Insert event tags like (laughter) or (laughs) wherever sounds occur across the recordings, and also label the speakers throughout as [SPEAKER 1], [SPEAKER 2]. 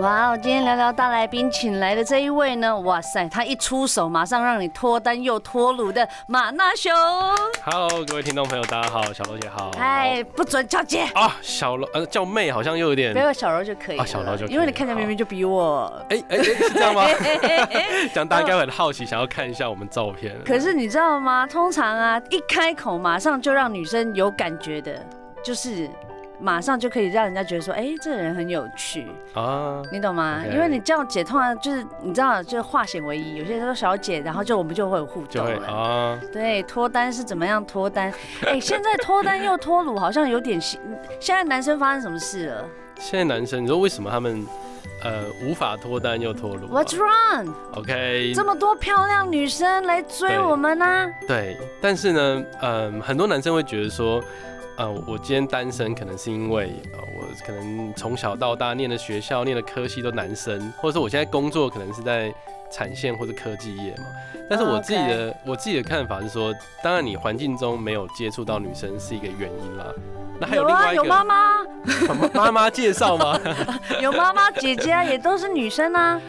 [SPEAKER 1] 哇哦，今天聊聊大来宾请来的这一位呢，哇塞，他一出手马上让你脱单又脱乳的马纳熊。
[SPEAKER 2] Hello，各位听众朋友，大家好，小罗姐好。
[SPEAKER 1] 哎，不准叫姐，
[SPEAKER 2] 啊，小罗呃叫妹好像又有点
[SPEAKER 1] 不要小柔就可以了，
[SPEAKER 2] 啊小柔就可以
[SPEAKER 1] 因为你看起来明明就比我。
[SPEAKER 2] 哎哎哎是这样吗？
[SPEAKER 1] 哎
[SPEAKER 2] 这样大家应该会很好奇，想要看一下我们照片。
[SPEAKER 1] (laughs) 可是你知道吗？通常啊，一开口马上就让女生有感觉的，就是马上就可以让人家觉得说，哎、这人很有趣，
[SPEAKER 2] 啊，
[SPEAKER 1] 你懂吗
[SPEAKER 2] OK
[SPEAKER 1] 因为你叫姐，通常就是你知道，就是化险为夷。有些人说小姐，然后就我们就会有互
[SPEAKER 2] 就
[SPEAKER 1] 动
[SPEAKER 2] 会
[SPEAKER 1] 了。
[SPEAKER 2] 啊，
[SPEAKER 1] 对，脱单是怎么样脱单？哎、
[SPEAKER 2] (laughs)
[SPEAKER 1] 现在脱单又脱乳，好像有点新。现在男生发生什么事了
[SPEAKER 2] 现在男生，你说为什么他们呃无法脱单又脱乳啊
[SPEAKER 1] ？What's wrong？
[SPEAKER 2] ？OK，
[SPEAKER 1] 这么多漂亮女生来追
[SPEAKER 2] 对
[SPEAKER 1] 我们啊啦、
[SPEAKER 2] 对，但是呢，嗯，很多男生会觉得说。呃，我今天单身可能是因为呃，我可能从小到大念的学校、念的科系都男生，或者说我现在工作可能是在产线或者科技业嘛。但是我自己
[SPEAKER 1] 哦
[SPEAKER 2] 的我自己的看法是说，当然你环境中没有接触到女生是一个原因啦。那还有另
[SPEAKER 1] 啊，
[SPEAKER 2] 外一
[SPEAKER 1] 有妈
[SPEAKER 2] 个
[SPEAKER 1] 妈，
[SPEAKER 2] 妈妈介绍吗？
[SPEAKER 1] 有妈妈姐姐啊，也都是女生啊。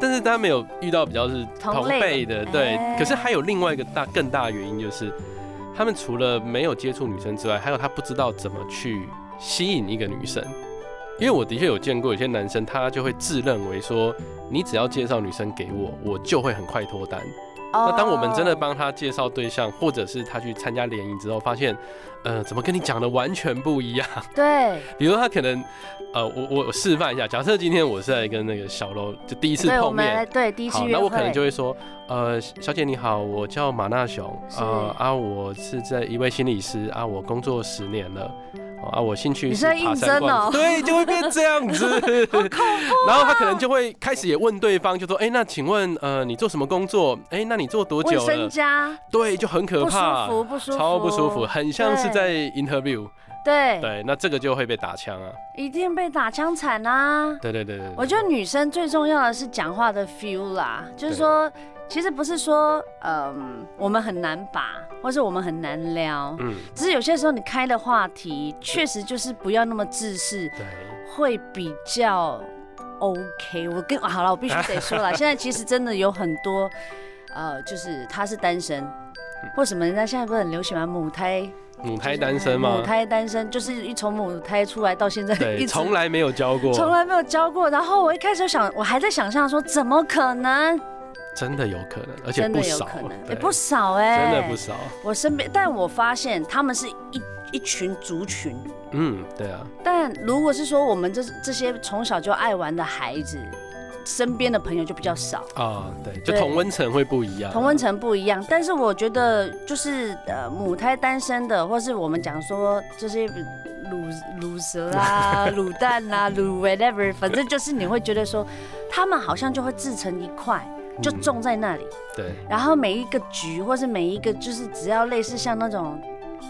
[SPEAKER 2] 但是他没有遇到比较是
[SPEAKER 1] 同
[SPEAKER 2] 同
[SPEAKER 1] 类
[SPEAKER 2] 辈的，对
[SPEAKER 1] 哎。
[SPEAKER 2] 可是还有另外一个大更大的原因就是，他们除了没有接触女生之外，还有他不知道怎么去吸引一个女生。因为我的确有见过有些男生，他就会自认为说，你只要介绍女生给我，我就会很快脱单。 (laughs)
[SPEAKER 1] 哦
[SPEAKER 2] 那当我们真的帮他介绍对象，或者是他去参加联谊之后，发现，呃，怎么跟你讲的完全不一样？ (laughs)
[SPEAKER 1] 对，
[SPEAKER 2] 比如他可能，呃，我我我示范一下，假设今天我是来跟那个小楼就第一次
[SPEAKER 1] 对，我
[SPEAKER 2] 碰
[SPEAKER 1] 们
[SPEAKER 2] 面，
[SPEAKER 1] 来对第一次
[SPEAKER 2] 好，
[SPEAKER 1] 约
[SPEAKER 2] 那
[SPEAKER 1] 会，
[SPEAKER 2] 我可能就会说，呃，小姐你好，我叫马纳雄，
[SPEAKER 1] 是
[SPEAKER 2] 呃啊，我是在一位心理师啊，我工作十年了。哦啊，我兴趣
[SPEAKER 1] 你
[SPEAKER 2] 是
[SPEAKER 1] 是在
[SPEAKER 2] 爬
[SPEAKER 1] 应
[SPEAKER 2] 山
[SPEAKER 1] 征
[SPEAKER 2] 逛
[SPEAKER 1] 哦
[SPEAKER 2] (laughs) 对，就会变这样子，
[SPEAKER 1] 啊
[SPEAKER 2] 然后他可能就会开始也问对方，就说，哎、那请问，呃，你做什么工作？哎、那你做多
[SPEAKER 1] 卫
[SPEAKER 2] 久
[SPEAKER 1] 生
[SPEAKER 2] 了？
[SPEAKER 1] 家
[SPEAKER 2] 对，就很可
[SPEAKER 1] 不舒
[SPEAKER 2] 怕，
[SPEAKER 1] 服，不舒服，
[SPEAKER 2] 超不舒服，很像是
[SPEAKER 1] 对
[SPEAKER 2] 在 interview。
[SPEAKER 1] 对，
[SPEAKER 2] 对，那这个就会被打枪啊。
[SPEAKER 1] 一定被打枪惨啊！
[SPEAKER 2] 对对对对，对
[SPEAKER 1] 我觉得女生最重要的是讲话的 feel 啦，就是说，其实不是说，嗯，我们很难把，或是我们很难聊，
[SPEAKER 2] 嗯，
[SPEAKER 1] 只是有些时候你开的话题，确实就是不要那么自私，
[SPEAKER 2] 对，
[SPEAKER 1] 会比较 OK。我跟、啊好了，我必须得说
[SPEAKER 2] (laughs)
[SPEAKER 1] 了，现在其实真的有很多，呃，就是他是单身，或什么人家现在不是很流行吗？母胎
[SPEAKER 2] 嗯母胎单身
[SPEAKER 1] 母
[SPEAKER 2] 嘛，
[SPEAKER 1] 胎单身就是一从母胎出来到现在，一
[SPEAKER 2] 对，
[SPEAKER 1] 直
[SPEAKER 2] 从来没有教过，
[SPEAKER 1] 从来没有交过。然后我一开始想，我还在想象说，怎么可能？
[SPEAKER 2] 真的有可能，而且
[SPEAKER 1] 真的
[SPEAKER 2] 不
[SPEAKER 1] 有
[SPEAKER 2] 少，啊
[SPEAKER 1] 可能，也
[SPEAKER 2] 对
[SPEAKER 1] 不少哎、
[SPEAKER 2] 真的不少。
[SPEAKER 1] 我身边，但我发现他们是一一群族群。
[SPEAKER 2] 嗯，对啊，
[SPEAKER 1] 但如果是说我们这这些从小就爱玩的孩子，身边的朋友就比较少，
[SPEAKER 2] 啊，对，就
[SPEAKER 1] 对
[SPEAKER 2] 同温层会不一样。
[SPEAKER 1] 同温，层不一样。但是我觉得就是呃母胎单身的，或是我们讲说这些乳乳蛇
[SPEAKER 2] (laughs)
[SPEAKER 1] 啊、卤蛋啊、乳 whatever，反正就是你会觉得说他们好像就会自成一块，就
[SPEAKER 2] 嗯
[SPEAKER 1] 种在那里。
[SPEAKER 2] 对，
[SPEAKER 1] 然后每一个局或是每一个就是只要类似像那种。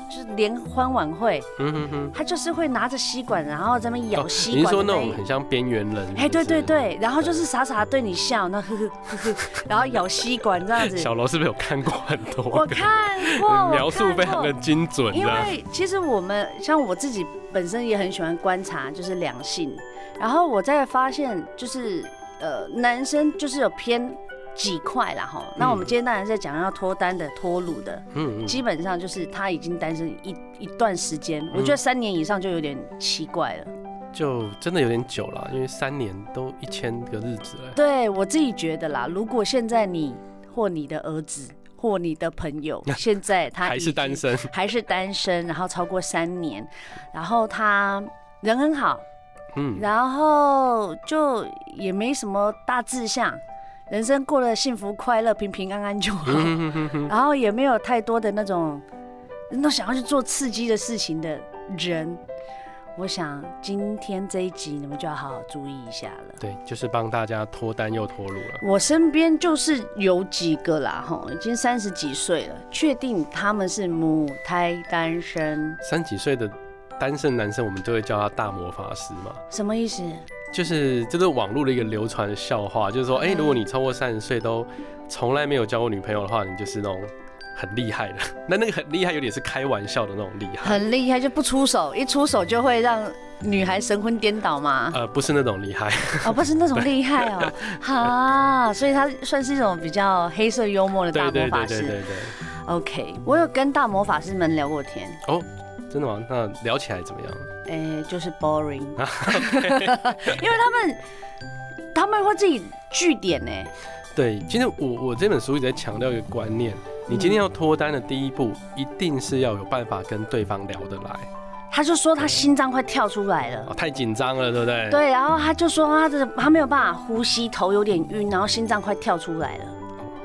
[SPEAKER 1] 就是联欢晚会，
[SPEAKER 2] 嗯哼哼。
[SPEAKER 1] 他就是会拿着吸管，然后在那边咬
[SPEAKER 2] 哦
[SPEAKER 1] 吸
[SPEAKER 2] 你是
[SPEAKER 1] 管的
[SPEAKER 2] 说
[SPEAKER 1] 一。
[SPEAKER 2] 那种很像边缘人是不是？
[SPEAKER 1] 哎，对对对，然后就是傻傻地对你笑，那呵呵呵呵，然后咬吸管这样子
[SPEAKER 2] 对。。小楼是不是有看过很多个？
[SPEAKER 1] 我看
[SPEAKER 2] (laughs)
[SPEAKER 1] 过，
[SPEAKER 2] 描述非常的
[SPEAKER 1] 我看过
[SPEAKER 2] 精准啊
[SPEAKER 1] 因
[SPEAKER 2] 的。
[SPEAKER 1] 为其实我们像我自己本身也很喜欢观察，就是两性，然后我再发现就是呃，男生就是有偏几块啦哈。那我
[SPEAKER 2] 嗯
[SPEAKER 1] 们今天当然是在讲要脱单的、脱乳的，
[SPEAKER 2] 嗯嗯，
[SPEAKER 1] 基本上就是他已经单身一一段时间，我
[SPEAKER 2] 嗯
[SPEAKER 1] 觉得三年以上就有点奇怪了。
[SPEAKER 2] 就真的有点久了，啊因为三年都一千个日子了。
[SPEAKER 1] 对我自己觉得啦，如果现在你或你的儿子或你的朋
[SPEAKER 2] (laughs)
[SPEAKER 1] 友，现在他
[SPEAKER 2] 还
[SPEAKER 1] 已
[SPEAKER 2] 是单
[SPEAKER 1] 经， (laughs)
[SPEAKER 2] 身，
[SPEAKER 1] 还是单身，然后超过三年，然后他人很好，
[SPEAKER 2] 嗯，
[SPEAKER 1] 然后就也没什么大志向。人生过得幸福快乐、平平安安就
[SPEAKER 2] 嗯
[SPEAKER 1] 好，然后也没有太多的那种，嗯那种想要去做刺激的事情的人，我想今天这一集你们就要好好注意一下了。
[SPEAKER 2] 对，就是帮大家脱单又脱乳了。
[SPEAKER 1] 我身边就是有几个啦，哈，已经三十几岁了，确定他们是母胎单身。
[SPEAKER 2] 三十几岁的单身男生我们都会叫他大魔法师嘛，
[SPEAKER 1] 什么意思？
[SPEAKER 2] 就是这是网络的一个流传的笑话，就是说，
[SPEAKER 1] 嗯
[SPEAKER 2] 哎、如果你超过三十岁都从来没有交过女朋友的话，你就是那种很厉害的。 (laughs) 那那个很厉害有点是开玩笑的那种厉害，
[SPEAKER 1] 很厉害，就不出手，一出手就会让女孩神魂颠倒嘛。
[SPEAKER 2] 呃，不是那种厉害。
[SPEAKER 1] 哦，不是那种厉害
[SPEAKER 2] (laughs)
[SPEAKER 1] 哦，哈，所以他算是一种比较黑色幽默的大
[SPEAKER 2] 对
[SPEAKER 1] 魔
[SPEAKER 2] 对
[SPEAKER 1] 法
[SPEAKER 2] 对对对
[SPEAKER 1] 师。
[SPEAKER 2] 对。
[SPEAKER 1] OK，我有跟大魔法师们聊过天，
[SPEAKER 2] 真的吗？那聊起来怎么样？
[SPEAKER 1] 诶、就是
[SPEAKER 2] (laughs)
[SPEAKER 1] boring，因为 (laughs) 他们他们会自己据点呢、
[SPEAKER 2] 对，今天我我这本书一直在强调一个观念，你今天要脱单的第一步，一定是要有办法跟对方聊得来。
[SPEAKER 1] 他就说他心脏快跳出来了。
[SPEAKER 2] 哦，太紧张了，对不对？。
[SPEAKER 1] 嗯对，然后他就说他的他没有办法呼吸，头有点晕，然后心脏快跳出来了。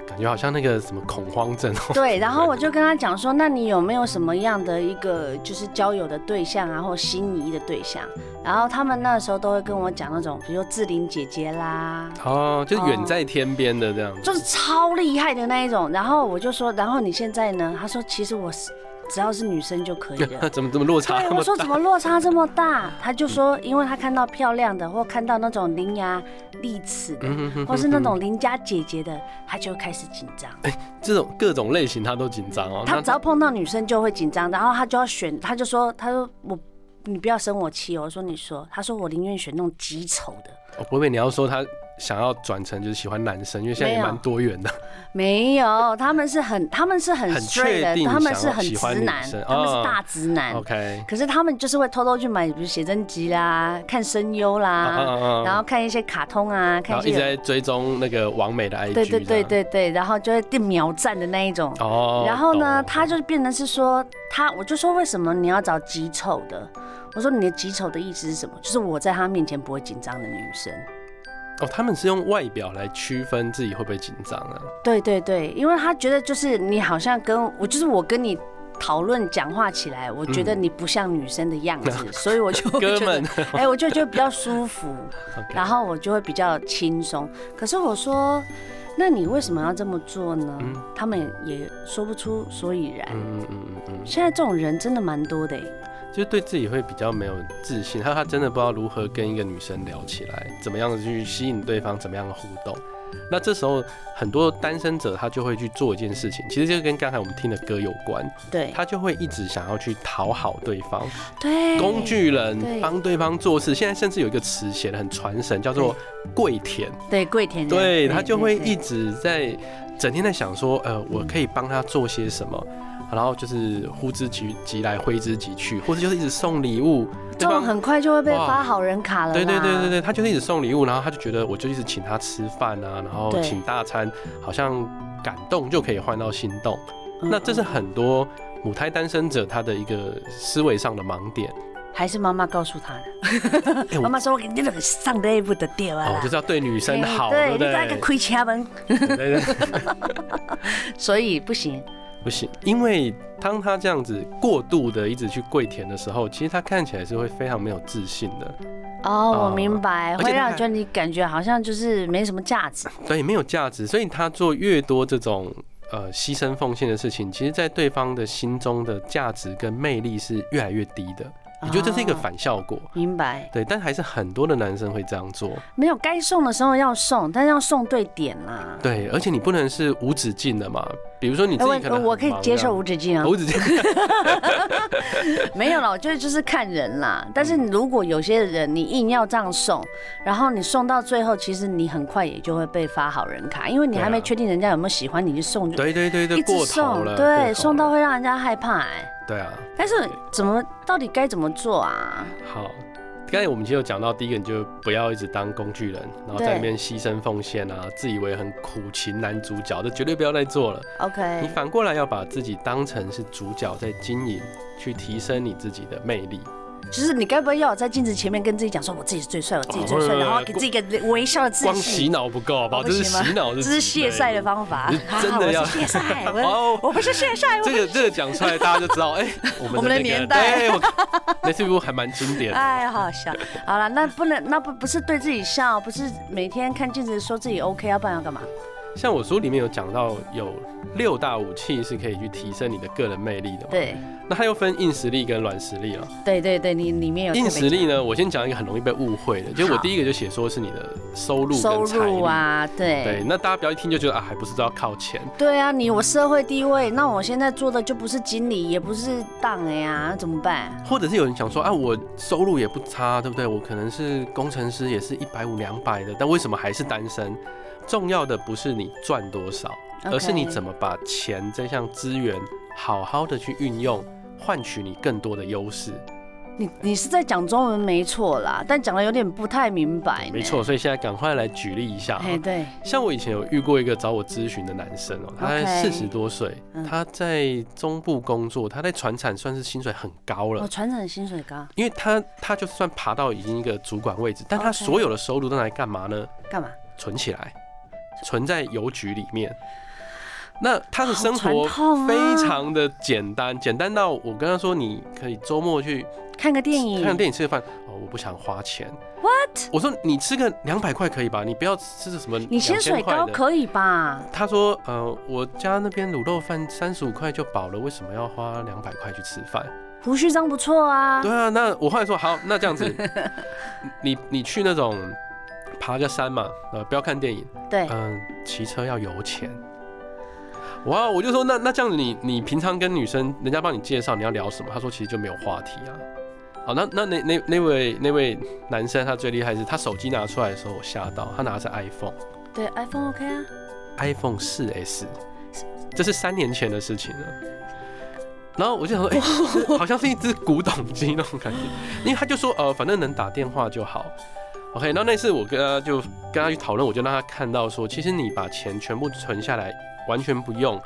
[SPEAKER 2] 感觉好像那个什么恐慌症 (laughs) 哦。
[SPEAKER 1] 对，然后我就跟他讲说，那你有没有什么样的一个就是交友的对象啊，或心仪的对象？然后他们那时候都会跟我讲那种，比如说志玲姐姐啦，
[SPEAKER 2] 哦，就是
[SPEAKER 1] 哦
[SPEAKER 2] 远在天边的这样子。 (laughs)
[SPEAKER 1] 就是超厉害的那一种。然后我就说，然后你现在呢？他说，其实我是只要是女生就可以了。
[SPEAKER 2] 怎么怎么落差
[SPEAKER 1] 对，
[SPEAKER 2] 那
[SPEAKER 1] 哎我
[SPEAKER 2] 么
[SPEAKER 1] 说
[SPEAKER 2] 大
[SPEAKER 1] 怎？么落差这么大？他就说，因为他看到漂亮的，或看到那种伶牙俐齿的，
[SPEAKER 2] 嗯哼
[SPEAKER 1] 或是那种邻家姐姐的，他就开始紧张。
[SPEAKER 2] 这种各种类型他都紧张哦。
[SPEAKER 1] 他
[SPEAKER 2] 哦那
[SPEAKER 1] 只要碰到女生就会紧张，然后他就要选，他就说，他说我你不要生我气哦，我说你说，他说我宁愿选那种极丑的，
[SPEAKER 2] 哦，不会，你要说他想要转成就是喜欢男生，因为现在也
[SPEAKER 1] 没有
[SPEAKER 2] 蛮多元的。
[SPEAKER 1] 没有，他们是很他们是很
[SPEAKER 2] 很
[SPEAKER 1] straight 的
[SPEAKER 2] 确，定
[SPEAKER 1] 他们
[SPEAKER 2] 想
[SPEAKER 1] 是很
[SPEAKER 2] 喜欢
[SPEAKER 1] 直
[SPEAKER 2] 女
[SPEAKER 1] 男，
[SPEAKER 2] 生
[SPEAKER 1] 他们是
[SPEAKER 2] 哦
[SPEAKER 1] 大直男，
[SPEAKER 2] OK。
[SPEAKER 1] 可是他们就是会偷偷去买，比如写真集啦，看声优
[SPEAKER 2] 啊
[SPEAKER 1] 啦，
[SPEAKER 2] 啊啊
[SPEAKER 1] 然后看一些卡通啊，
[SPEAKER 2] 然
[SPEAKER 1] 看
[SPEAKER 2] 后
[SPEAKER 1] 一
[SPEAKER 2] 一直
[SPEAKER 1] 些
[SPEAKER 2] 在追踪那个王美的啊 IG。
[SPEAKER 1] 对对对。对对，然后就会定秒赞的那一种，
[SPEAKER 2] 哦。
[SPEAKER 1] 然后呢，
[SPEAKER 2] 懂
[SPEAKER 1] 他就变成是说，他我就说为什么你要找极丑的？我说你的极丑的意思是什么？就是我在他面前不会紧张的女生。
[SPEAKER 2] 哦，他们是用外表来区分自己会不会紧张啊？
[SPEAKER 1] 对对对，因为他觉得就是你好像跟我，就是我跟你讨论讲话起来，我觉得你不像女生的样
[SPEAKER 2] (laughs)
[SPEAKER 1] 子，所 (laughs) 以我就会
[SPEAKER 2] 嗯哥
[SPEAKER 1] 觉得 (laughs)
[SPEAKER 2] 们，
[SPEAKER 1] 哎、我就觉得比较舒服，
[SPEAKER 2] OK
[SPEAKER 1] 然后我就会比较轻松。可是我说，那你为什么要这么做呢？
[SPEAKER 2] 嗯
[SPEAKER 1] 他们也说不出所以然。
[SPEAKER 2] 嗯嗯嗯嗯
[SPEAKER 1] 现在这种人真的蛮多的耶。欸
[SPEAKER 2] 嗯，就是对自己会比较没有自信，还有他真的不知道如何跟一个女生聊起来，怎么样的去吸引对方，怎么样的互动。那这时候很多单身者他就会去做一件事情，其实就跟刚才我们听的歌有关，
[SPEAKER 1] 对
[SPEAKER 2] 他就会一直想要去讨好对方，
[SPEAKER 1] 对，
[SPEAKER 2] 工具人
[SPEAKER 1] 对
[SPEAKER 2] 帮对方做事。现在甚至有一个词写的很传神，叫做跪舔。
[SPEAKER 1] 对跪舔人，
[SPEAKER 2] 对他就会
[SPEAKER 1] 对
[SPEAKER 2] 一直在整天在想说，呃，我可以帮他做些什么，然后就是呼之即即来挥之即去，或者就是一直送礼物，
[SPEAKER 1] 这种很快就会被发好人卡了啦。
[SPEAKER 2] 对对对对对，他就是一直送礼物，然后他就觉得我就一直请他吃饭啊，然后
[SPEAKER 1] 对
[SPEAKER 2] 请大餐，好像感动就可以换到心动，
[SPEAKER 1] 嗯，
[SPEAKER 2] 那这是
[SPEAKER 1] 嗯
[SPEAKER 2] 很多。母胎单身者他的一个思维上的盲点，
[SPEAKER 1] 还是妈妈告诉他的。 (laughs)
[SPEAKER 2] 哎我
[SPEAKER 1] 妈妈说：“我给你那个上那一步的掉啊
[SPEAKER 2] 哦，就
[SPEAKER 1] 啦。
[SPEAKER 2] 是要对女生
[SPEAKER 1] 嘿
[SPEAKER 2] 好，
[SPEAKER 1] 对，
[SPEAKER 2] 对不
[SPEAKER 1] 你
[SPEAKER 2] (laughs)
[SPEAKER 1] 那个
[SPEAKER 2] 对？
[SPEAKER 1] 亏钱门，
[SPEAKER 2] 对对对，
[SPEAKER 1] 所以不行。
[SPEAKER 2] 不行，因为当他这样子过度的一直去跪舔的时候，其实他看起来是会非常没有自信的，
[SPEAKER 1] 哦，我
[SPEAKER 2] 哦
[SPEAKER 1] 明白，
[SPEAKER 2] 而且
[SPEAKER 1] 会
[SPEAKER 2] 他
[SPEAKER 1] 让
[SPEAKER 2] 还
[SPEAKER 1] 就你感觉好像就是没什么价值。
[SPEAKER 2] 对，没有价值。所以他做越多这种呃牺牲奉献的事情，其实，在对方的心中的价值跟魅力是越来越低的。你觉得这是一个
[SPEAKER 1] 哦
[SPEAKER 2] 反效果？
[SPEAKER 1] 明白，
[SPEAKER 2] 对，但还是很多的男生会这样做。
[SPEAKER 1] 没有该送的时候要送，但是要送对点啦。
[SPEAKER 2] 对，而且你不能是无止境的嘛。比如说你自
[SPEAKER 1] 哎
[SPEAKER 2] 己
[SPEAKER 1] 我
[SPEAKER 2] 可能
[SPEAKER 1] 我
[SPEAKER 2] 很
[SPEAKER 1] 我可以
[SPEAKER 2] 忙
[SPEAKER 1] 接
[SPEAKER 2] 这样
[SPEAKER 1] 受无止境啊
[SPEAKER 2] 哦，无止境。
[SPEAKER 1] (laughs)
[SPEAKER 2] (laughs)
[SPEAKER 1] 没有啦，我觉得就是看人啦。但是如果有些人你硬要这样送，然后你送到最后，其实你很快也就会被发好人卡，因为你还没
[SPEAKER 2] 对啊
[SPEAKER 1] 确定人家有没有喜欢你，就送就
[SPEAKER 2] 对对对对，
[SPEAKER 1] 一
[SPEAKER 2] 过
[SPEAKER 1] 直
[SPEAKER 2] 头
[SPEAKER 1] 送
[SPEAKER 2] 了，，过头
[SPEAKER 1] 对，送到
[SPEAKER 2] 了
[SPEAKER 1] 会让人家害怕哎、
[SPEAKER 2] 对啊。
[SPEAKER 1] 但是怎么到底该怎么做啊？
[SPEAKER 2] 好，刚才我们就有讲到，第一个你就不要一直当工具人，然后
[SPEAKER 1] 对
[SPEAKER 2] 在那边牺牲奉献啊，自以为很苦情男主角，这绝对不要再做了。你
[SPEAKER 1] OK，
[SPEAKER 2] 反过来要把自己当成是主角在经营，去提升你自己的魅力。
[SPEAKER 1] 就是你该不会要我在镜子前面跟自己讲说我自己是最帅，我自己最帅，
[SPEAKER 2] 哦
[SPEAKER 1] 然后给自己一个微笑的自
[SPEAKER 2] 光洗
[SPEAKER 1] 信，
[SPEAKER 2] 脑不够，好不好？
[SPEAKER 1] 哦不
[SPEAKER 2] 这是
[SPEAKER 1] 行吗
[SPEAKER 2] 洗脑
[SPEAKER 1] 这
[SPEAKER 2] 自己，
[SPEAKER 1] 是卸晒的方法
[SPEAKER 2] 你。真的要
[SPEAKER 1] (laughs) 我是卸
[SPEAKER 2] (laughs)
[SPEAKER 1] 晒，
[SPEAKER 2] 对。
[SPEAKER 1] 我
[SPEAKER 2] 哦，
[SPEAKER 1] 我不是卸
[SPEAKER 2] (laughs)
[SPEAKER 1] 晒，我
[SPEAKER 2] 这个这个讲出来，大家就知道，哎，我们
[SPEAKER 1] 我们的
[SPEAKER 2] 那个
[SPEAKER 1] 年代
[SPEAKER 2] 对，我那这部还蛮经典的。
[SPEAKER 1] 哎，好笑。好了，那不能，那不不是对自己笑，不是每天看镜子说自己 OK，要不然要干嘛？
[SPEAKER 2] 像我书里面有讲到，有六大武器是可以去提升你的个人魅力的嘛。
[SPEAKER 1] 对
[SPEAKER 2] 那它又分硬实力跟软实力了。
[SPEAKER 1] 对对对，你里面有特别
[SPEAKER 2] 硬实力呢，我先讲一个很容易被误会的，就是我第一个就写说是你的收入
[SPEAKER 1] 收
[SPEAKER 2] 跟财
[SPEAKER 1] 入
[SPEAKER 2] 力。
[SPEAKER 1] 啊，
[SPEAKER 2] 对，那大家不要一听就觉得啊，还不是都要靠钱。
[SPEAKER 1] 对啊，你我社会地位，那我现在做的就不是经理，也不是档哎呀，那怎么办？
[SPEAKER 2] 或者是有人想说啊，我收入也不差，对不对？我可能是工程师，也是一百五、两百的，但为什么还是单身？重要的不是你赚多少，而是你怎
[SPEAKER 1] 么
[SPEAKER 2] 么把钱这项资源好好的去运用，换取你更多的优势。
[SPEAKER 1] 你你是在讲中文没错啦，但讲的有点不太明白。
[SPEAKER 2] 没，错，所以现在赶快来举例一下啊。
[SPEAKER 1] 哎对，
[SPEAKER 2] 像我以前有遇过一个找我咨询的男生哦、他
[SPEAKER 1] OK
[SPEAKER 2] 四十多岁
[SPEAKER 1] 嗯，
[SPEAKER 2] 他在中部工作，他在船产算是薪水很高了
[SPEAKER 1] 我。船长的薪水高，
[SPEAKER 2] 因为他他就算爬到已经一个主管位置，但他
[SPEAKER 1] OK
[SPEAKER 2] 所有的收入都拿来干嘛呢？
[SPEAKER 1] 干嘛？
[SPEAKER 2] 存起来，存在邮局里面。那他的
[SPEAKER 1] 好
[SPEAKER 2] 生活
[SPEAKER 1] 传统啊
[SPEAKER 2] 非常的简单，简单到我跟他说，你可以周末去
[SPEAKER 1] 看个电影，
[SPEAKER 2] 看个电影吃个饭。哦，我不想花钱。What？我说你吃个两百块可以吧？你不要吃什么
[SPEAKER 1] 你薪水
[SPEAKER 2] 2000块
[SPEAKER 1] 高
[SPEAKER 2] 的
[SPEAKER 1] 可以吧？
[SPEAKER 2] 他说：“呃，我家那边卤肉饭三十五块就饱了，为什么要花两百块去吃饭？”
[SPEAKER 1] 胡须章不错啊
[SPEAKER 2] 对，啊，那我后来说好，那这样子，你你去那种爬个山嘛，呃，不要看电影，
[SPEAKER 1] 对
[SPEAKER 2] 嗯、，骑车要油钱。哇，我就说那那这样子你，你平常跟女生人家帮你介绍你要聊什么，他说其实就没有话题啊。好，那那那那那位那位男生他最厉害是，他手机拿出来的时候我吓到，他拿的是 iPhone，iPhone
[SPEAKER 1] 对，iPhone OK 啊，
[SPEAKER 2] 四 S，这是三年前的事情了。然后我就想说，哎、
[SPEAKER 1] (laughs)
[SPEAKER 2] 这好像是一只古董机那种感觉，因为他就说，呃，反正能打电话就好。OK，那那次我跟他就跟他去讨论，我就让他看到说，其实你把钱全部存下来，完全不用，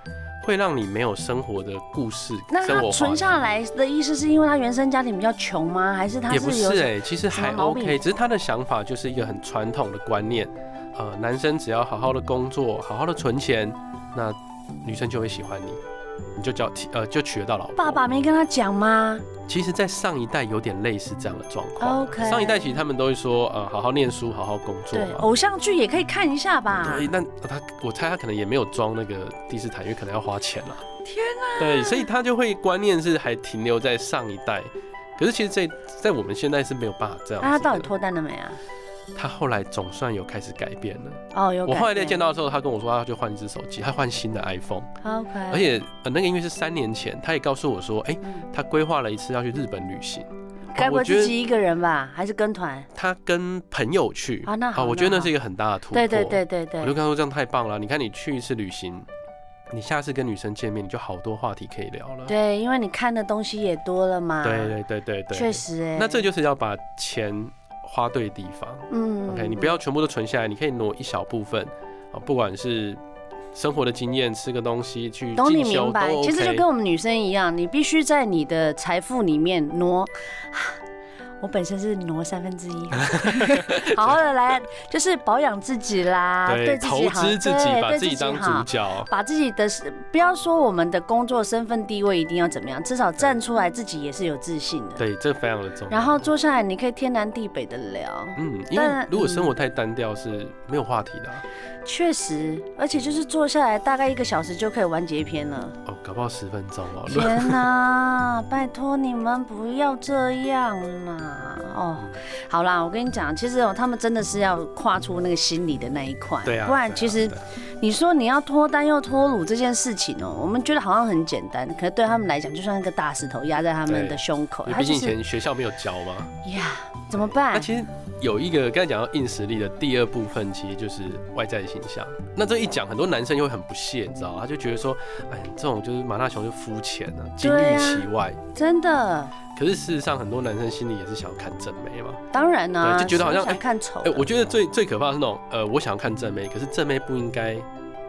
[SPEAKER 2] 会让你没有生活的故事，
[SPEAKER 1] 那
[SPEAKER 2] 生活
[SPEAKER 1] 他
[SPEAKER 2] 化
[SPEAKER 1] 存下来的意思是因为他原生家庭比较穷吗？还是他
[SPEAKER 2] 也不
[SPEAKER 1] 有
[SPEAKER 2] 是哎、其实
[SPEAKER 1] 什么
[SPEAKER 2] 还
[SPEAKER 1] 毛病
[SPEAKER 2] OK，只是他的想法就是一个很传统的观念，呃，男生只要好好的工作，好好的存钱，那女生就会喜欢你，你就叫呃就娶得到老婆。
[SPEAKER 1] 爸爸没跟他讲吗？
[SPEAKER 2] 其实，在上一代有点类似这样的状况。
[SPEAKER 1] 哦 OK
[SPEAKER 2] 哦上一代其实他们都会说，呃，好好念书，好好工作
[SPEAKER 1] 对，
[SPEAKER 2] 嘛。
[SPEAKER 1] 偶像剧也可以看一下吧。
[SPEAKER 2] 对，那呃他我猜他可能也没有装那个第四台，因为可能要花钱了。天啊！对，所以他就会观念是还停留在上一代，可是其实在在我们现在是没有办法这样
[SPEAKER 1] 那他
[SPEAKER 2] 子的。
[SPEAKER 1] 到底脱单了没啊？
[SPEAKER 2] 他后来总算有开始改变了。
[SPEAKER 1] 哦，有。
[SPEAKER 2] 我后来再见
[SPEAKER 1] 到
[SPEAKER 2] 到的时候，他跟我说他就换一只手机，他换新的 iPhone，
[SPEAKER 1] ，OK，
[SPEAKER 2] 而且呃那个因为是三年前，他也告诉我说，哎、
[SPEAKER 1] 嗯
[SPEAKER 2] 他规划了一次要去日本旅行，
[SPEAKER 1] 该不会
[SPEAKER 2] 我觉得
[SPEAKER 1] 自己一个人吧？还是跟团？
[SPEAKER 2] 他跟朋友去
[SPEAKER 1] 啊那好
[SPEAKER 2] 我觉得
[SPEAKER 1] 那
[SPEAKER 2] 那是一个很大的突破。
[SPEAKER 1] 对对对对
[SPEAKER 2] 我
[SPEAKER 1] 对，
[SPEAKER 2] 就跟他说这样太棒了，你看你去一次旅行，你下次跟女生见面，你就好多话题可以聊了。
[SPEAKER 1] 对，因为你看的东西也多了嘛。
[SPEAKER 2] 对对对对对，
[SPEAKER 1] 确。实哎。
[SPEAKER 2] 那这就是要把钱花对地方。
[SPEAKER 1] 嗯
[SPEAKER 2] OK，你不要全部都存下来，你可以挪一小部分啊，不管是生活的经验、吃个东西、去
[SPEAKER 1] 懂你
[SPEAKER 2] 进修
[SPEAKER 1] 明
[SPEAKER 2] 都
[SPEAKER 1] 白，
[SPEAKER 2] OK。
[SPEAKER 1] 其实就跟我们女生一样，你必须在你的财富里面挪。啊我本身是挪三分之一，啊
[SPEAKER 2] (laughs)
[SPEAKER 1] 好好的来，就是保养自己啦，
[SPEAKER 2] 对
[SPEAKER 1] 啊自
[SPEAKER 2] 投
[SPEAKER 1] 己好，
[SPEAKER 2] 资自己，
[SPEAKER 1] 对
[SPEAKER 2] 把
[SPEAKER 1] 对
[SPEAKER 2] 自己当主
[SPEAKER 1] 好，
[SPEAKER 2] 角。
[SPEAKER 1] 把自己的不要说我们的工作、身份、地位一定要怎么样，至少站出来自己也是有自信的。
[SPEAKER 2] 对，这非常的重要。
[SPEAKER 1] 然后坐下来，你可以天南地北的聊，
[SPEAKER 2] 嗯，因为
[SPEAKER 1] 但
[SPEAKER 2] 如果生活太单调是没有话题的啊、
[SPEAKER 1] 确实，而且就是坐下来大概一个小时就可以完结篇了。
[SPEAKER 2] 哦，搞不好十分钟哦。
[SPEAKER 1] 天呐，拜托你们不要这样啦！哦，好啦，我跟你讲，其实哦，他们真的是要跨出那个心理的那一块，
[SPEAKER 2] 对啊，
[SPEAKER 1] 不然
[SPEAKER 2] 对啊
[SPEAKER 1] 其实
[SPEAKER 2] 对啊
[SPEAKER 1] 你说你要脱单又脱乳这件事情哦，我们觉得好像很简单，可是对他们来讲，就像一个大石头压在他们
[SPEAKER 2] 对
[SPEAKER 1] 的胸口，
[SPEAKER 2] 你
[SPEAKER 1] 他
[SPEAKER 2] 毕
[SPEAKER 1] 就
[SPEAKER 2] 竟以
[SPEAKER 1] 是
[SPEAKER 2] 前学校没有教嘛。
[SPEAKER 1] 呀，怎么
[SPEAKER 2] 那
[SPEAKER 1] 办？
[SPEAKER 2] 其实有一个刚才讲到硬实力的第二部分，其实就是外在形象。那这一讲，很多男生就会很不屑，你知道吗？他就觉得说，哎，这种就是马大雄就肤浅啊，金
[SPEAKER 1] 对
[SPEAKER 2] 玉
[SPEAKER 1] 啊
[SPEAKER 2] 其外。
[SPEAKER 1] 真的，
[SPEAKER 2] 可是事实上，很多男生心里也是想要看正妹嘛。
[SPEAKER 1] 当然呢、
[SPEAKER 2] 对就觉得好像
[SPEAKER 1] 谁想看丑
[SPEAKER 2] 哎、
[SPEAKER 1] 的，
[SPEAKER 2] 我觉得最最可怕的是那种，呃，我想要看正妹，可是正妹不应该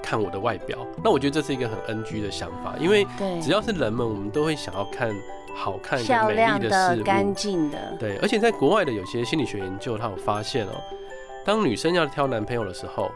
[SPEAKER 2] 看我的外表。那我觉得这是一个很 NG 的想法，因为
[SPEAKER 1] 对
[SPEAKER 2] 只要是人们，我们都会想要看好看跟
[SPEAKER 1] 漂
[SPEAKER 2] 美
[SPEAKER 1] 亮
[SPEAKER 2] 丽的
[SPEAKER 1] 的
[SPEAKER 2] 事、
[SPEAKER 1] 干
[SPEAKER 2] 物。
[SPEAKER 1] 净的，
[SPEAKER 2] 对，而且在国外的有些心理学研究，他有发现哦、当女生要挑男朋友的时候，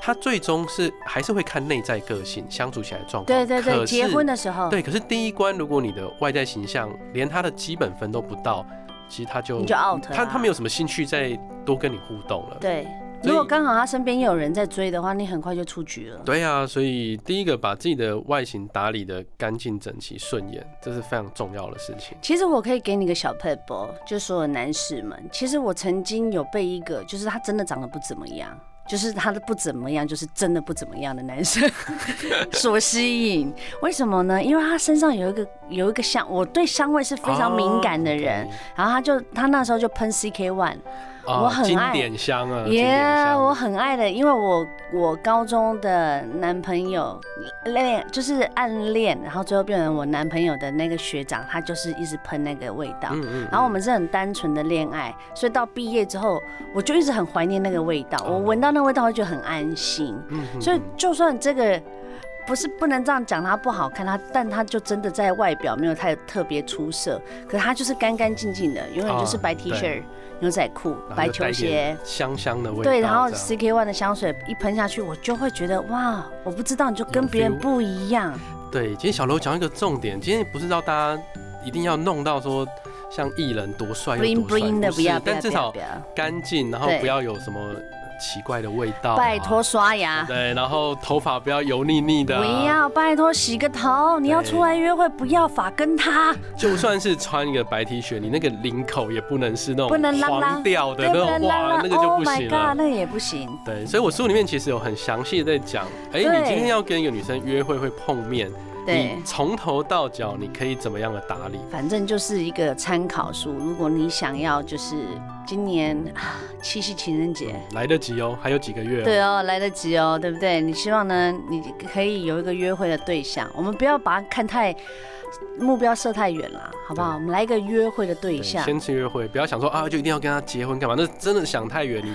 [SPEAKER 2] 她最终是还是会看内在个性，相处起来的状况。
[SPEAKER 1] 对对对，
[SPEAKER 2] 可
[SPEAKER 1] 结
[SPEAKER 2] 是
[SPEAKER 1] 婚的时候，
[SPEAKER 2] 对，可是第一关，如果你的外在形象连他的基本哦分都不到，其实他就
[SPEAKER 1] 你就 out 了啊
[SPEAKER 2] 他他没有什么兴趣再多跟你互动了。
[SPEAKER 1] 对。
[SPEAKER 2] 所
[SPEAKER 1] 如
[SPEAKER 2] 以
[SPEAKER 1] 果刚好他身边也有人在追的话，你很快就出局了。
[SPEAKER 2] 对啊，所以第一个把自己的外形打理的干净整齐顺眼，这是非常重要的事情。
[SPEAKER 1] 其实我可以给你个小 p e p e 就所有男士们，其实我曾经有被一个，就是他真的长得不怎么样，就是他的不怎么样，就是真的不怎么样的男生 (laughs) 所吸引。为什么呢？因为他身上有一个有一个香，我对香味是非常敏感的人。然后他就他那时候就喷 CK One，
[SPEAKER 2] 哦，
[SPEAKER 1] 我很
[SPEAKER 2] 经
[SPEAKER 1] 爱
[SPEAKER 2] 典香啊，经典
[SPEAKER 1] 耶
[SPEAKER 2] 香
[SPEAKER 1] 我很爱的，因为我我高中的男朋友恋就是暗恋，然后最后变成我男朋友的那个学长，他就是一直喷那个味道。
[SPEAKER 2] 嗯嗯，
[SPEAKER 1] 然后我们是很单纯的恋爱，所以到毕业之后，我就一直很怀念那个味道。我闻到那味道，我就觉得很安心。
[SPEAKER 2] 哦嗯
[SPEAKER 1] 所以就算这个不是不能这样讲，他不好看，他但他就真的在外表没有太特别出色，可他就是干干净净的，永远就是
[SPEAKER 2] 啊
[SPEAKER 1] 白 T 恤、牛仔裤、
[SPEAKER 2] 然后
[SPEAKER 1] 白
[SPEAKER 2] 就
[SPEAKER 1] 球
[SPEAKER 2] 带一
[SPEAKER 1] 鞋
[SPEAKER 2] 点。香香的味道这
[SPEAKER 1] 对，
[SPEAKER 2] 样，
[SPEAKER 1] 然后 CK One 的香水一喷下去，我就会觉得哇，我不知道你就跟
[SPEAKER 2] 有
[SPEAKER 1] 别人
[SPEAKER 2] feel
[SPEAKER 1] 不一样。
[SPEAKER 2] 对，今天小楼讲一个重点，今天不是让大家一定要弄到说像艺人多帅
[SPEAKER 1] bling
[SPEAKER 2] 又多帅
[SPEAKER 1] bling 的
[SPEAKER 2] 不
[SPEAKER 1] 不
[SPEAKER 2] 是
[SPEAKER 1] 要不要
[SPEAKER 2] 但至
[SPEAKER 1] 不要
[SPEAKER 2] 少
[SPEAKER 1] 不要，
[SPEAKER 2] 干净，然后
[SPEAKER 1] 对
[SPEAKER 2] 不要有什么奇怪的味道、
[SPEAKER 1] 拜托。刷牙。
[SPEAKER 2] 对，然后头发不要油腻腻的、啊
[SPEAKER 1] 不。要，拜托洗个头。你要出来约会，不要发跟他，
[SPEAKER 2] 就算是穿一个白 T 恤，你那个领口也不能是那种
[SPEAKER 1] 不能拉拉
[SPEAKER 2] 黄掉的
[SPEAKER 1] 对
[SPEAKER 2] 那
[SPEAKER 1] 不
[SPEAKER 2] 种，
[SPEAKER 1] 能拉
[SPEAKER 2] 哇
[SPEAKER 1] 拉。，
[SPEAKER 2] 那个就
[SPEAKER 1] Oh
[SPEAKER 2] 不
[SPEAKER 1] my
[SPEAKER 2] 行
[SPEAKER 1] god，
[SPEAKER 2] 了。
[SPEAKER 1] 那也不行。
[SPEAKER 2] 对，所以我书里面其实有很详细的在讲，哎，
[SPEAKER 1] 对
[SPEAKER 2] 你今天要跟一个女生约会会碰面，
[SPEAKER 1] 对
[SPEAKER 2] 你，从头到脚你可以怎么样的打理？
[SPEAKER 1] 反正就是一个参考书。如果你想要，就是今年啊七夕情人节，
[SPEAKER 2] 来得及哦，还有几个月、哦。
[SPEAKER 1] 对哦，来得及哦，对不对？你希望呢，你可以有一个约会的对象。我们不要把它看太目标设太远了，好不好？我们来一个约会的对
[SPEAKER 2] 对
[SPEAKER 1] 象。
[SPEAKER 2] 先去约会，不要想说啊，就一定要跟他结婚干嘛？那真的想太远，你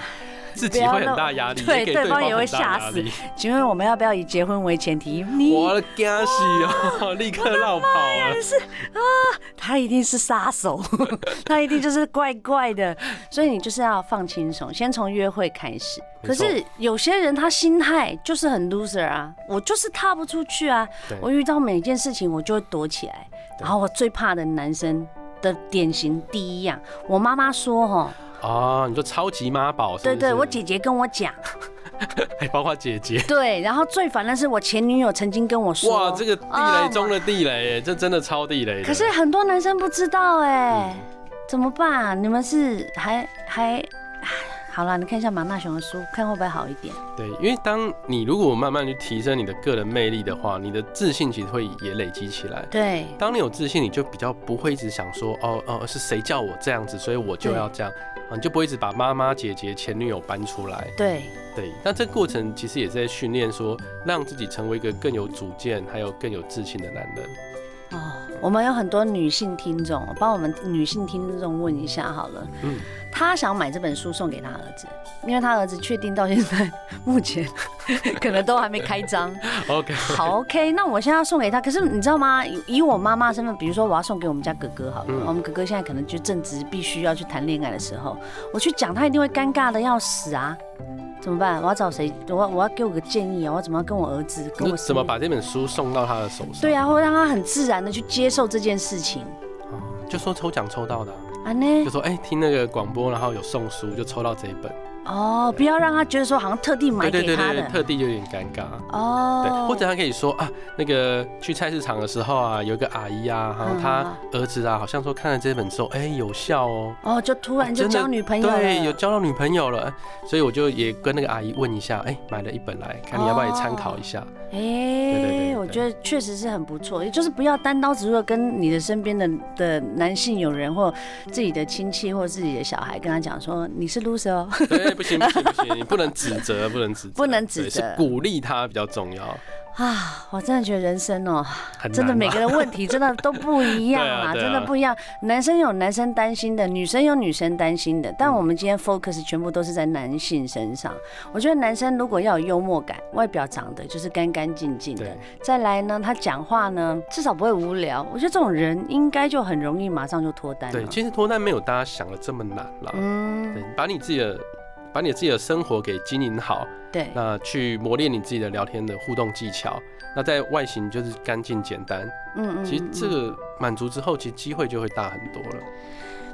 [SPEAKER 2] 自己会很大压力，
[SPEAKER 1] 不要弄
[SPEAKER 2] 也给
[SPEAKER 1] 对
[SPEAKER 2] 对
[SPEAKER 1] 方
[SPEAKER 2] 方
[SPEAKER 1] 也会
[SPEAKER 2] 很大
[SPEAKER 1] 吓
[SPEAKER 2] 压
[SPEAKER 1] 死
[SPEAKER 2] 力。
[SPEAKER 1] 请问我们要不要以结婚为前提？你
[SPEAKER 2] 我的惊喜哦， (laughs) 立刻
[SPEAKER 1] (laughs)
[SPEAKER 2] 绕跑了。
[SPEAKER 1] 他一定是杀手， (laughs) 他一定就是怪怪的，所以你就是要放轻松，先从约会开始。可
[SPEAKER 2] 没错
[SPEAKER 1] 是有些人他心态就是很 loser 啊，我就是踏不出去啊
[SPEAKER 2] 对，
[SPEAKER 1] 我遇到每件事情我就会躲起来，
[SPEAKER 2] 对
[SPEAKER 1] 然后我最怕的男生。的典型第一样，我妈妈说哈，
[SPEAKER 2] 啊，你说超级妈宝是不
[SPEAKER 1] 对
[SPEAKER 2] 是？
[SPEAKER 1] 对，我姐姐跟我讲，
[SPEAKER 2] 还包括姐姐。
[SPEAKER 1] 对，然后最烦的是我前女友曾经跟我说，哦
[SPEAKER 2] 哇，这个地雷中的地雷，这真的超地雷的。
[SPEAKER 1] 可是很多男生不知道哎、怎么办、你们是还还唉好了？你看一下马纳雄的书，看会不会好一点？
[SPEAKER 2] 对，因为当你如果慢慢去提升你的个人魅力的话，你的自信其实会也累积起来。
[SPEAKER 1] 对
[SPEAKER 2] 当你有自信，你就比较不会一直想说，哦哦，是谁叫我这样子，所以我就要这样，啊，你就不会一直把妈妈、姐姐、前女友搬出来。
[SPEAKER 1] 对，
[SPEAKER 2] 对，那这过程其实也是在训练说，让自己成为一个更有主见，还有更有自信的男人。
[SPEAKER 1] 哦，我们有很多女性听众，我帮我们女性听众问一下好了。
[SPEAKER 2] 嗯
[SPEAKER 1] 嗯，她想买这本书送给她儿子，因为她儿子确定到现在目前 (laughs) 可能都还没开张。
[SPEAKER 2] OK，
[SPEAKER 1] 好
[SPEAKER 2] (laughs)
[SPEAKER 1] OK，那我现在要送给他，可是你知道吗？以以我妈妈身份，比如说我要送给我们家哥哥好了，
[SPEAKER 2] 嗯
[SPEAKER 1] 我们哥哥现在可能就正值必须要去谈恋爱的时候，我去讲他一定会尴尬的要死啊！怎么办？我要找谁？我我要给我个建议啊！我怎么要跟我儿子
[SPEAKER 2] 你
[SPEAKER 1] 跟
[SPEAKER 2] 说
[SPEAKER 1] 我
[SPEAKER 2] 怎么？把这本书送到他的手上？
[SPEAKER 1] 对啊，会让他很自然的去接受这件事情
[SPEAKER 2] 哦，就说抽奖抽到的啊、
[SPEAKER 1] 啊呢
[SPEAKER 2] 就。说哎、听那个广播，然后有送书，就抽到这一本。
[SPEAKER 1] 哦，不要让他觉得说好像特地买
[SPEAKER 2] 对
[SPEAKER 1] 给
[SPEAKER 2] 对对
[SPEAKER 1] 他
[SPEAKER 2] 对，
[SPEAKER 1] 的
[SPEAKER 2] 特地就有点尴尬。对，
[SPEAKER 1] 哦，
[SPEAKER 2] 或者他可以说啊，那个去菜市场的时候啊，有一个阿姨啊，然后她儿子啊，好像说看了这本之后，哎、有效哦，
[SPEAKER 1] 哦，就突然就
[SPEAKER 2] 真的
[SPEAKER 1] 交女朋友了，
[SPEAKER 2] 对，有交到女朋友了，哎所以我就也跟那个阿姨问一下，哎、买了一本来看，你要不要也参考一下？
[SPEAKER 1] 哎、
[SPEAKER 2] 对对对
[SPEAKER 1] 我觉得确实是很不错，也就是不要单刀直入地跟你的身边的的男性友人或自己的亲戚或自己的小孩跟他讲说你是 loser 哦， (laughs)
[SPEAKER 2] 对，不行不行不行，你不能指责，不能指责，
[SPEAKER 1] 不能指
[SPEAKER 2] 对
[SPEAKER 1] 责
[SPEAKER 2] 是鼓励他比较重要，
[SPEAKER 1] 啊，我真的觉得人生哦，
[SPEAKER 2] 很
[SPEAKER 1] 真的
[SPEAKER 2] 难
[SPEAKER 1] 每
[SPEAKER 2] 啊
[SPEAKER 1] 个人问题真的都不一样
[SPEAKER 2] 对啊对啊
[SPEAKER 1] 真的不一样。男生有男生担心的，女生有女生担心的，但我们今天 focus 全部都是在男性身上。我觉得男生如果要有幽默感，外表长得就是干干净净的
[SPEAKER 2] 对，
[SPEAKER 1] 再来呢，他讲话呢至少不会无聊。我觉得这种人应该就很容易马上就脱单了
[SPEAKER 2] 对，。其实脱单没有大家想的这么难啦，
[SPEAKER 1] 嗯，
[SPEAKER 2] 对，把你自己的。把你自己的生活给经营好，
[SPEAKER 1] 对
[SPEAKER 2] 那去磨练你自己的聊天的互动技巧。那在外形就是干净简单，
[SPEAKER 1] 嗯嗯
[SPEAKER 2] 其实
[SPEAKER 1] 嗯
[SPEAKER 2] 这个满足之后，其实机会就会大很多了。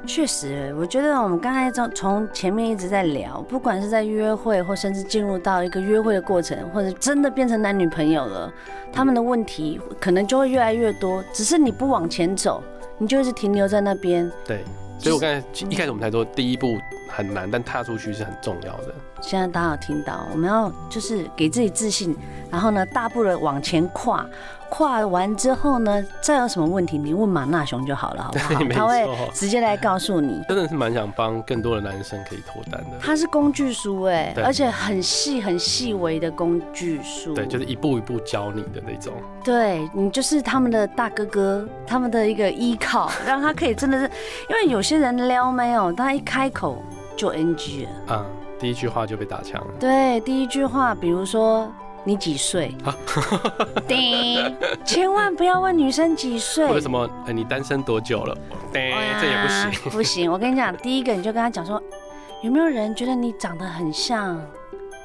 [SPEAKER 1] 确实，我觉得我们刚才从从前面一直在聊，不管是在约会，或甚至进入到一个约会的过程，或者真的变成男女朋友了，他们的问题可能就会越来越多。只是你不往前走，你就一直停留在那边。
[SPEAKER 2] 对，所以我刚才一开始我们才说第一步很难，但踏出去是很重要的。
[SPEAKER 1] 现在大家有听到，我们要就是给自己自信，然后呢，大步的往前跨。跨完之后呢，再有什么问题，你问马纳雄就好了，好不好
[SPEAKER 2] (laughs) 对？没
[SPEAKER 1] 他会
[SPEAKER 2] 错
[SPEAKER 1] 直接来告诉你。
[SPEAKER 2] 真的是蛮想帮更多的男生可以脱单的。
[SPEAKER 1] 它是工具书哎、
[SPEAKER 2] 对
[SPEAKER 1] 而且很细很细微的工具书。
[SPEAKER 2] 对，就是一步一步教你的那种。
[SPEAKER 1] 对你就是他们的大哥哥，他们的一个依靠，让他可以真的是，因为有些人撩妹哦，他一开口就 NG 了。
[SPEAKER 2] 啊、第一句话就被打枪了。
[SPEAKER 1] 对，第一句话，比如说你几岁？
[SPEAKER 2] (laughs)
[SPEAKER 1] 叮，千万不要问女生几岁。
[SPEAKER 2] 或者什么，呃你单身多久了？对
[SPEAKER 1] 哎呀，
[SPEAKER 2] 这也不行。
[SPEAKER 1] 不行，我跟你讲，第一个你就跟他讲说，有没有人觉得你长得很像？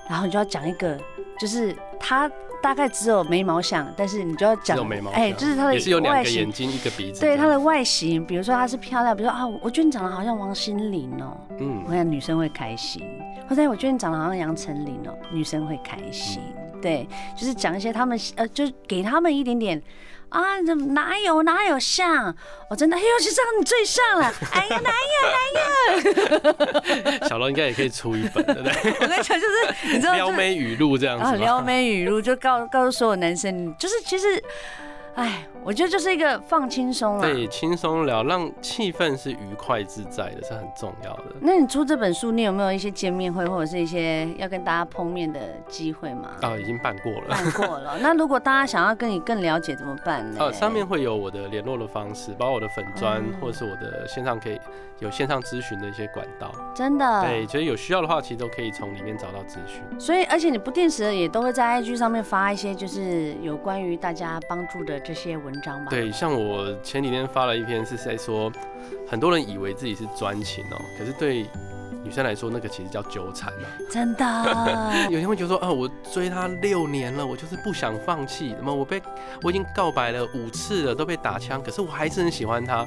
[SPEAKER 1] 然后你就要讲一个，就是他大概只有眉毛像，但是你就要讲，
[SPEAKER 2] 只有眉毛
[SPEAKER 1] 哎、
[SPEAKER 2] 像
[SPEAKER 1] 就是他的
[SPEAKER 2] 也是有两
[SPEAKER 1] 外
[SPEAKER 2] 个
[SPEAKER 1] 形
[SPEAKER 2] 眼，睛，一个鼻子。
[SPEAKER 1] 对他的，外形，比如说她是漂亮，比如说啊，我觉得你长得好像王心凌哦、
[SPEAKER 2] 嗯
[SPEAKER 1] 我，想女生会开心，或者我觉得你长得好像杨丞琳哦，女生会开心。
[SPEAKER 2] 嗯
[SPEAKER 1] 对，就是讲一些他们呃，就给他们一点点啊，怎么哪有哪有像，我、真的，哎呦，就这样你最像
[SPEAKER 2] (laughs)
[SPEAKER 1] 了，哎呀，哪
[SPEAKER 2] 小龙应该也可以出一本，对不对？
[SPEAKER 1] 有？我跟你讲，就是你 (laughs) 知道、就
[SPEAKER 2] 撩
[SPEAKER 1] 是，
[SPEAKER 2] 妹语录这样
[SPEAKER 1] 啊，
[SPEAKER 2] 子吗？
[SPEAKER 1] 撩妹语录就告告诉所有男生，你就是其实，哎，我觉得就是一个放轻松啦。
[SPEAKER 2] 对，轻松聊，让气氛是愉快自在的，是很重要的。
[SPEAKER 1] 那你出这本书，你有没有一些见面会或者是一些要跟大家碰面的机会吗？
[SPEAKER 2] 啊，已经办过
[SPEAKER 1] (laughs)
[SPEAKER 2] 了。
[SPEAKER 1] 办过了。那如果大家想要跟你更了解怎么办呢？
[SPEAKER 2] 呃，上面会有我的联络的方式，包括我的粉砖，
[SPEAKER 1] 嗯
[SPEAKER 2] 或者是我的线上可以有线上咨询的一些管道。
[SPEAKER 1] 真的，
[SPEAKER 2] 对，所以有需要的话，其实都可以从里面找到咨询。
[SPEAKER 1] 所以而且你不定时的也都会在 IG 上面发一些就是有关于大家帮助的这些文章吧？，
[SPEAKER 2] 对，像我前几天发了一篇是在说，很多人以为自己是专情哦、可是对女生来说，那个其实叫纠缠啊。，
[SPEAKER 1] 真的
[SPEAKER 2] (laughs) 有些人会觉得说，啊，我追他六年了，我就是不想放弃，那么我被我已经告白了五次了，都被打枪，可是我还是很喜欢他。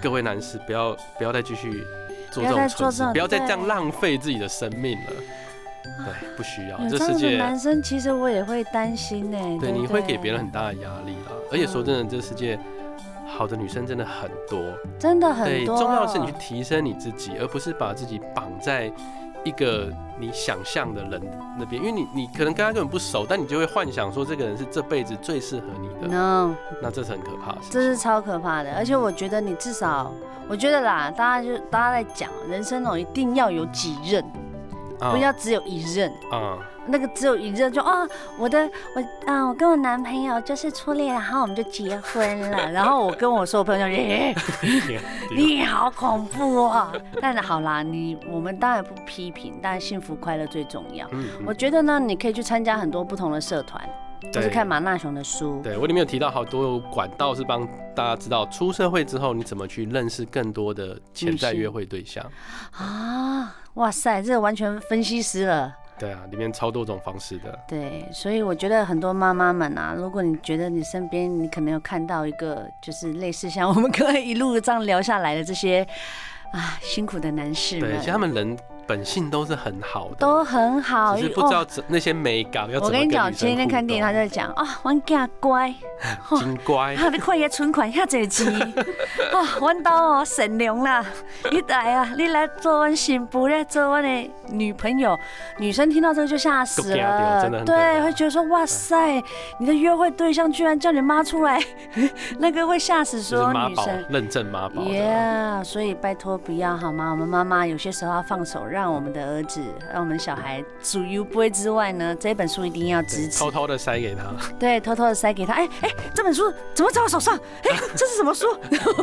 [SPEAKER 2] 各位男士，不要不要再继续做这
[SPEAKER 1] 不要再
[SPEAKER 2] 种
[SPEAKER 1] 做这
[SPEAKER 2] 蠢事
[SPEAKER 1] 种，
[SPEAKER 2] 不要再这样
[SPEAKER 1] 对
[SPEAKER 2] 浪费自己的生命了。对，不需要，
[SPEAKER 1] 有
[SPEAKER 2] 这
[SPEAKER 1] 这
[SPEAKER 2] 世
[SPEAKER 1] 样的
[SPEAKER 2] 界
[SPEAKER 1] 男生，其实我也会担心呢、
[SPEAKER 2] 对，
[SPEAKER 1] 不
[SPEAKER 2] 你会给别人很大的压力啦。而且
[SPEAKER 1] 嗯
[SPEAKER 2] 说真的，这世界好的女生真的很多。
[SPEAKER 1] 真的
[SPEAKER 2] 对，
[SPEAKER 1] 很多。
[SPEAKER 2] 重要的是你去提升你自己，而不是把自己绑在一个你想象的人那边，因为你你可能跟他根本不熟，但你就会幻想说这个人是这辈子最适合你的，
[SPEAKER 1] No，
[SPEAKER 2] 那这是很可怕的事
[SPEAKER 1] 这
[SPEAKER 2] 情。
[SPEAKER 1] 是超可怕的，而且我觉得你至少，我觉得啦，大家就大家在讲人生哦，一定要有几任，
[SPEAKER 2] 哦
[SPEAKER 1] 不要只有一任。
[SPEAKER 2] 啊、
[SPEAKER 1] 那个只有一任就啊、我的我啊、我跟我男朋友就是初恋，然后我们就结婚了。
[SPEAKER 2] (laughs)
[SPEAKER 1] 然后我跟我所有朋友就，欸、
[SPEAKER 2] 啊
[SPEAKER 1] 你好恐怖哦。但好啦，你我们当然不批评，但幸福快乐最重要。
[SPEAKER 2] 嗯，
[SPEAKER 1] 我觉得呢，你可以去参加很多不同的社团，
[SPEAKER 2] 对
[SPEAKER 1] 就是看马纳雄的书。
[SPEAKER 2] 对我里面有提到好多管道是帮大家知道出社会之后你怎么去认识更多的潜在
[SPEAKER 1] 女性
[SPEAKER 2] 约会对象。
[SPEAKER 1] 啊，哇塞，这完全分析师了。
[SPEAKER 2] 对啊，里面超多种方式的。
[SPEAKER 1] 对，所以我觉得很多妈妈们啊，如果你觉得你身边你可能有看到一个，就是类似像我们刚才一路这样聊下来的这些啊辛苦的男士
[SPEAKER 2] 对，
[SPEAKER 1] 们
[SPEAKER 2] 其实，他们人本性都是很好的，
[SPEAKER 1] 都很好。哦
[SPEAKER 2] 只是不知道怎那些美感要
[SPEAKER 1] 哦我
[SPEAKER 2] 怎么跟
[SPEAKER 1] 跟你讲，
[SPEAKER 2] 女生
[SPEAKER 1] 前几天看电影，
[SPEAKER 2] 互
[SPEAKER 1] 他在讲啊，玩家乖，
[SPEAKER 2] 动真乖。
[SPEAKER 1] 哦啊他的快乐存款遐侪钱，
[SPEAKER 2] (laughs)
[SPEAKER 1] 啊，阮兜哦善良啦，你来啊，你来做阮新妇，来做阮的女朋友。女生听到这个就吓死
[SPEAKER 2] 够怕到真
[SPEAKER 1] 了，
[SPEAKER 2] 的很可怕嗯
[SPEAKER 1] 对，会觉得说哇塞，你的约会对象居然叫你妈出来， (laughs) 那个会吓死所
[SPEAKER 2] 就是
[SPEAKER 1] 有
[SPEAKER 2] 妈
[SPEAKER 1] 女
[SPEAKER 2] 宝
[SPEAKER 1] 生。
[SPEAKER 2] 认证妈宝这样，
[SPEAKER 1] Yeah，所以拜托不要好吗？我们妈妈有些时候要放手，让我们的儿子，让我们小孩主 U 不会之外呢，这本书一定要支
[SPEAKER 2] 对
[SPEAKER 1] 持。
[SPEAKER 2] 偷偷的塞给 (laughs) 他。
[SPEAKER 1] 对，偷偷的塞给他。哎、哎、这本书怎么在我手上？哎、这是什么书？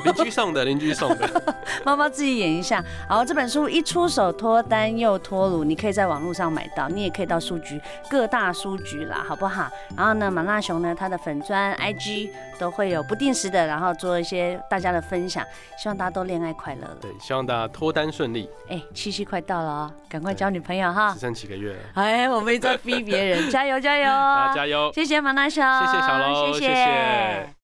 [SPEAKER 2] 邻居送的，邻居送的，
[SPEAKER 1] 妈妈自己演一下。好，这本书一出手脱单又脱乳，你可以在网络上买到，你也可以到书局各大书局啦，好不好？然后呢，马纳熊呢，他的粉砖、IG 都会有不定时的，然后做一些大家的分享，希望大家都恋爱快乐了。
[SPEAKER 2] (laughs) 对，希望大家脱单顺利，
[SPEAKER 1] 哎，七夕快到了哦，赶快交女朋友哈
[SPEAKER 2] 只！剩几个月了，
[SPEAKER 1] 哎，我 (laughs) 们一直在逼别人，加油加油！
[SPEAKER 2] 大家加油，
[SPEAKER 1] 谢谢马纳熊，谢
[SPEAKER 2] 谢谢小龙，谢谢。